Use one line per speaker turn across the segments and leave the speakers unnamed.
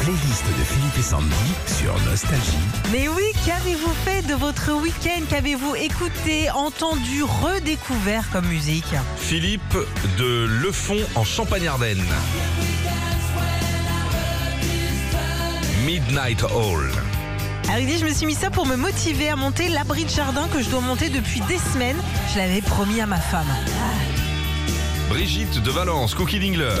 playlist de Philippe et Sandy sur Nostalgie.
Mais oui, qu'avez-vous fait de votre week-end Qu'avez-vous écouté, entendu, redécouvert comme musique
Philippe de Lefond en Champagne-Ardenne. Midnight Hall.
Alors il dit, je me suis mis ça pour me motiver à monter l'abri de jardin que je dois monter depuis des semaines. Je l'avais promis à ma femme.
Brigitte de Valence, Cookie Dingler.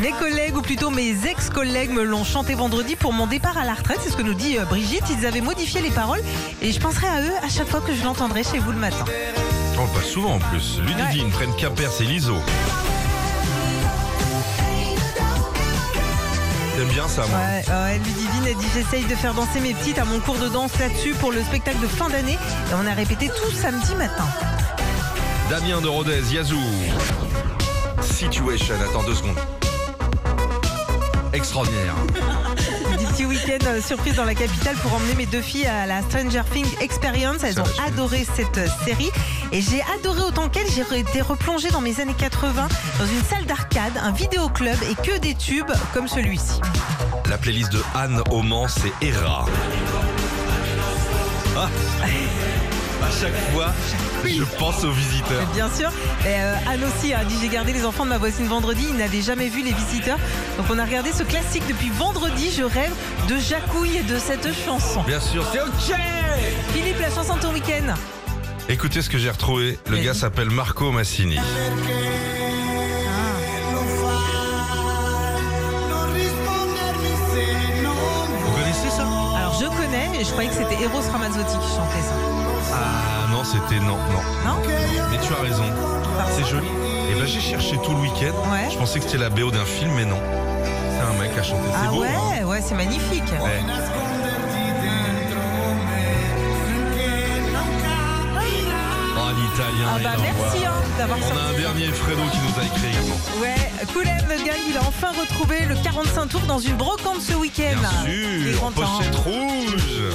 Mes collègues, ou plutôt mes ex-collègues, me l'ont chanté vendredi pour mon départ à la retraite. C'est ce que nous dit euh, Brigitte. Ils avaient modifié les paroles et je penserai à eux à chaque fois que je l'entendrai chez vous le matin.
On le passe souvent en plus. Ludivine, Fred Capers et Liso. J'aime bien ça, moi.
Ouais, ouais, Ludivine a dit J'essaye de faire danser mes petites à mon cours de danse là-dessus pour le spectacle de fin d'année. Et on a répété tout samedi matin.
Damien de Rodez, Yazoo. Situation, attends deux secondes. Extraordinaire.
Des petits week-ends euh, surprise dans la capitale pour emmener mes deux filles à la Stranger Things Experience. Elles
Ça va,
ont
c'est-
adoré cette euh, série. Et j'ai adoré autant qu'elles, j'ai re- été replongée dans mes années 80, dans une salle d'arcade, un vidéoclub et que des tubes comme celui-ci.
La playlist de Anne au Mans, c'est Hera. Ah. À chaque fois, je pense aux visiteurs.
Bien sûr. Et, euh, Anne aussi a dit J'ai gardé les enfants de ma voisine vendredi. Ils n'avaient jamais vu les visiteurs. Donc on a regardé ce classique depuis vendredi. Je rêve de Jacouille et de cette chanson.
Bien sûr, c'est OK
Philippe, la chanson de ton week-end.
Écoutez ce que j'ai retrouvé. Le
Vas-y.
gars s'appelle Marco Massini. Vous connaissez ça
Alors je connais et je croyais que c'était Eros Ramazzotti qui chantait ça.
Ah non, c'était non, non.
Non
Mais tu as raison. C'est joli. Et ben j'ai cherché tout le week-end.
Ouais.
Je pensais que c'était la BO d'un film, mais non. C'est un mec à chanter. C'est
Ah
beau.
ouais,
hein.
ouais, c'est magnifique.
Ouais. Oh, l'italien.
Ah
il
bah
envoie.
merci hein, d'avoir
On a un
sorti.
dernier Fredo qui nous a écrit également.
Ouais, Koulem, le gars, il a enfin retrouvé le 45 tours dans une brocante ce week-end. Eh ben, Il est
Bien sûr,
content.
pochette rouge.